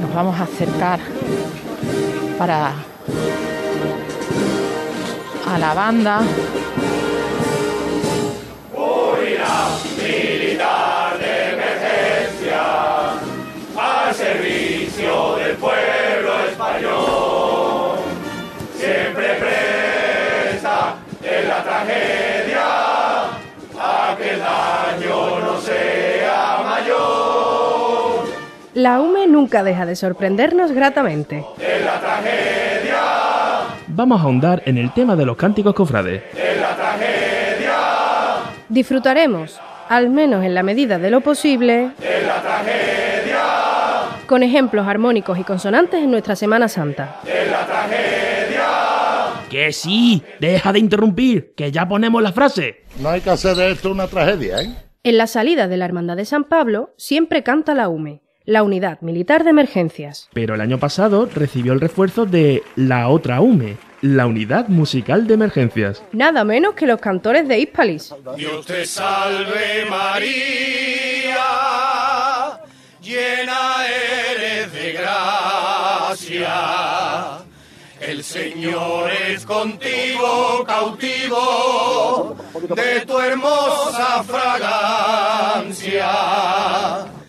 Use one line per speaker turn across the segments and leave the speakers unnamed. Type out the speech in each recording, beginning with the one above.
nos vamos a acercar para a la banda.
Unidad militar de emergencia al servicio del pueblo español. Siempre presta en la tragedia a que el daño no sea mayor.
La UME nunca deja de sorprendernos gratamente.
En la tragedia,
Vamos a ahondar en el tema de los cánticos cofrades.
en la tragedia,
Disfrutaremos, al menos en la medida de lo posible,
en la tragedia,
con ejemplos armónicos y consonantes en nuestra Semana Santa.
en la tragedia.
¡Que sí! ¡Deja de interrumpir! ¡Que ya ponemos la frase!
No hay que hacer de esto una tragedia, ¿eh?
En la salida de la Hermandad de San Pablo siempre canta la UME, la Unidad Militar de Emergencias.
Pero el año pasado recibió el refuerzo de la otra UME, la Unidad Musical de Emergencias.
Nada menos que los cantores de Hispalis.
Dios te salve María, llena eres de gracia. El Señor es contigo, cautivo de tu hermosa fragancia.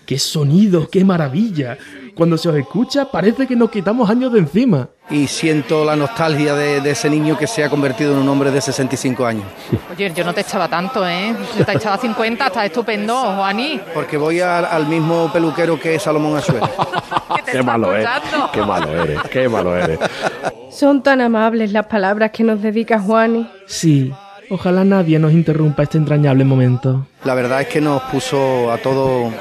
¡Qué sonido! ¡Qué maravilla! Cuando se os escucha parece que nos quitamos años de encima.
y siento la nostalgia de, de ese niño que se ha convertido en un hombre de 65 años.
Oye, yo no te echaba tanto, ¿eh? Yo te echaba 50, estás estupendo, Juani.
Porque voy al, al mismo peluquero que Salomón Azuela.
que te estás
¿eh?
acordando.
qué malo eres, qué malo eres.
Son tan amables las palabras que nos dedica Juani.
Sí, ojalá nadie nos interrumpa este entrañable momento.
La verdad es que nos puso a todos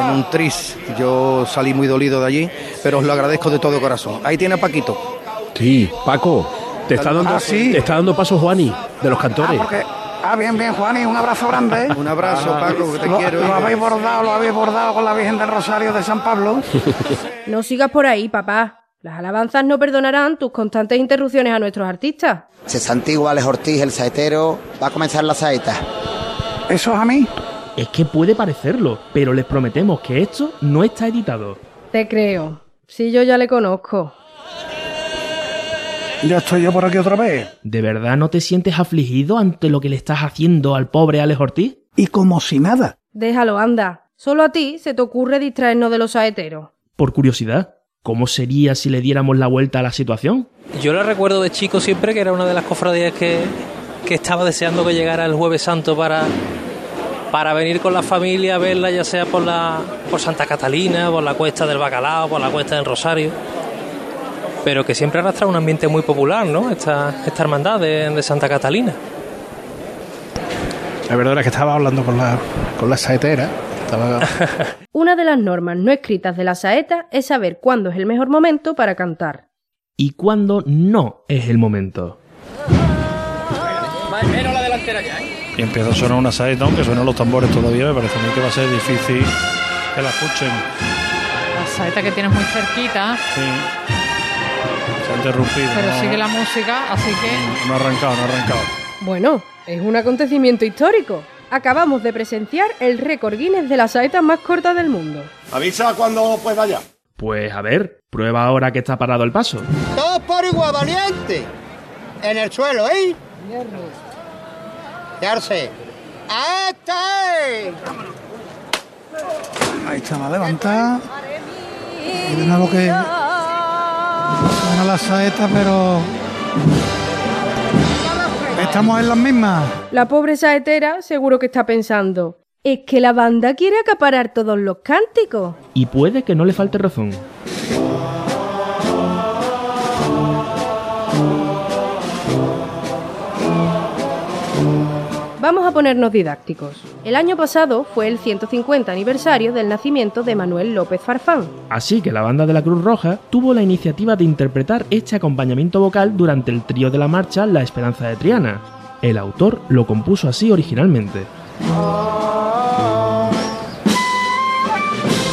en un tris. Yo salí muy dolido de allí, pero os lo agradezco de todo corazón. Ahí tiene a Paquito.
Sí, Paco, te está dando,
Ah, sí.
te está dando paso Juani, de los
Ah,
cantores.
porque... ah, bien, bien, Juani, un abrazo grande.
Un abrazo, Paco, que te
Lo,
quiero.
lo
hijo.
habéis bordado, lo habéis bordado con la Virgen del Rosario de San Pablo.
No sigas por ahí, papá. Las alabanzas no perdonarán tus constantes interrupciones a nuestros artistas.
Se santigua Alex Ortiz, el saetero. Va a comenzar la saeta.
Eso es a mí.
Es que puede parecerlo, pero les prometemos que esto no está editado.
Te creo. Sí, yo ya le conozco.
Ya estoy yo por aquí otra vez.
¿De verdad no te sientes afligido ante lo que le estás haciendo al pobre Alex Ortiz?
Y como si nada.
Déjalo, anda. Solo a ti se te ocurre distraernos de los saeteros.
Por curiosidad, ¿cómo sería si le diéramos la vuelta a la situación?
Yo la recuerdo de chico siempre que era una de las cofradías que, que estaba deseando que llegara el Jueves Santo para, para venir con la familia a verla, ya sea por, la, por Santa Catalina, por la cuesta del Bacalao, por la cuesta del Rosario. Pero que siempre arrastra un ambiente muy popular, ¿no? Esta, esta hermandad de, de Santa Catalina.
La verdad es que estaba hablando con la, con la saetera.
Una de las normas no escritas de la saeta es saber cuándo es el mejor momento para cantar.
¿Y cuándo no es el momento?
Y empieza a sonar una saeta, aunque suenan los tambores todavía, me parece a mí que va a ser difícil que la escuchen.
La saeta que tienes muy cerquita,
Sí. Se ha interrumpido.
pero
no,
sigue la música, así que...
no ha arrancado, no ha arrancado.
Bueno, es un acontecimiento histórico. Acabamos de presenciar el récord Guinness de las saetas más cortas del mundo.
Avisa cuando pues vaya.
Pues a ver, prueba ahora que está parado el paso.
Todos por igual, valiente. En el suelo, ¿eh? Darse. ¡Esta es!
Ahí está, va a levantar. Mira lo que. Suena la saeta, pero. Estamos en las mismas.
La pobre saetera seguro que está pensando, es que la banda quiere acaparar todos los cánticos.
Y puede que no le falte razón.
Vamos a ponernos didácticos. El año pasado fue el 150 aniversario del nacimiento de Manuel López Farfán.
Así que la banda de la Cruz Roja tuvo la iniciativa de interpretar este acompañamiento vocal durante el trío de la marcha La Esperanza de Triana. El autor lo compuso así originalmente.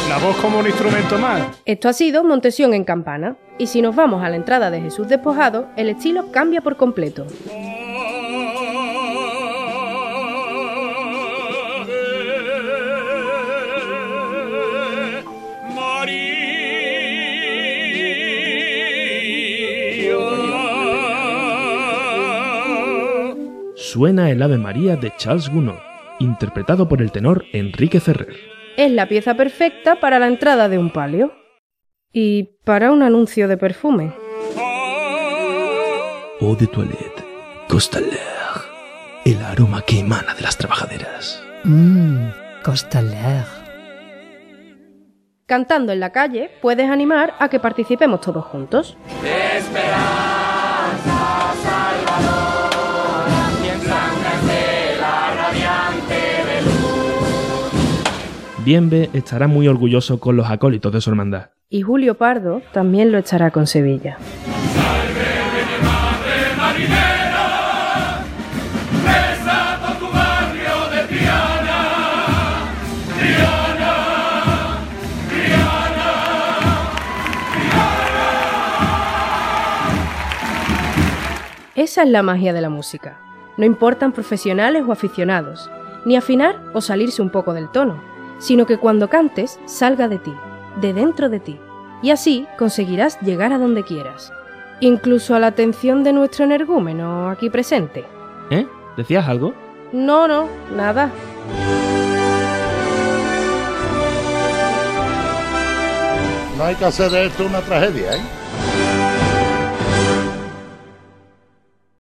La voz como un instrumento más.
Esto ha sido Montesión en Campana, y si nos vamos a la entrada de Jesús Despojado, el estilo cambia por completo.
María.
suena el Ave María de Charles Gounod, interpretado por el tenor Enrique Ferrer.
Es la pieza perfecta para la entrada de un palio y para un anuncio de perfume.
Eau de toilette, Costaler, el aroma que emana de las trabajaderas.
Mmm, Costaler.
Cantando en la calle, puedes animar a que participemos todos juntos.
Esperanza salvadora, quien sangra la radiante de
Bienve estará muy orgulloso con los acólitos de su hermandad.
Y Julio Pardo también lo estará con Sevilla.
marinera, reza por tu barrio de Triana, Triana, Triana,
Esa es la magia de la música. No importan profesionales o aficionados, ni afinar o salirse un poco del tono, sino que cuando cantes salga de ti, de dentro de ti, y así conseguirás llegar a donde quieras. Incluso a la atención de nuestro energúmeno aquí presente.
¿Eh? ¿Decías algo?
No, no, nada.
No hay que hacer de esto una tragedia, ¿eh?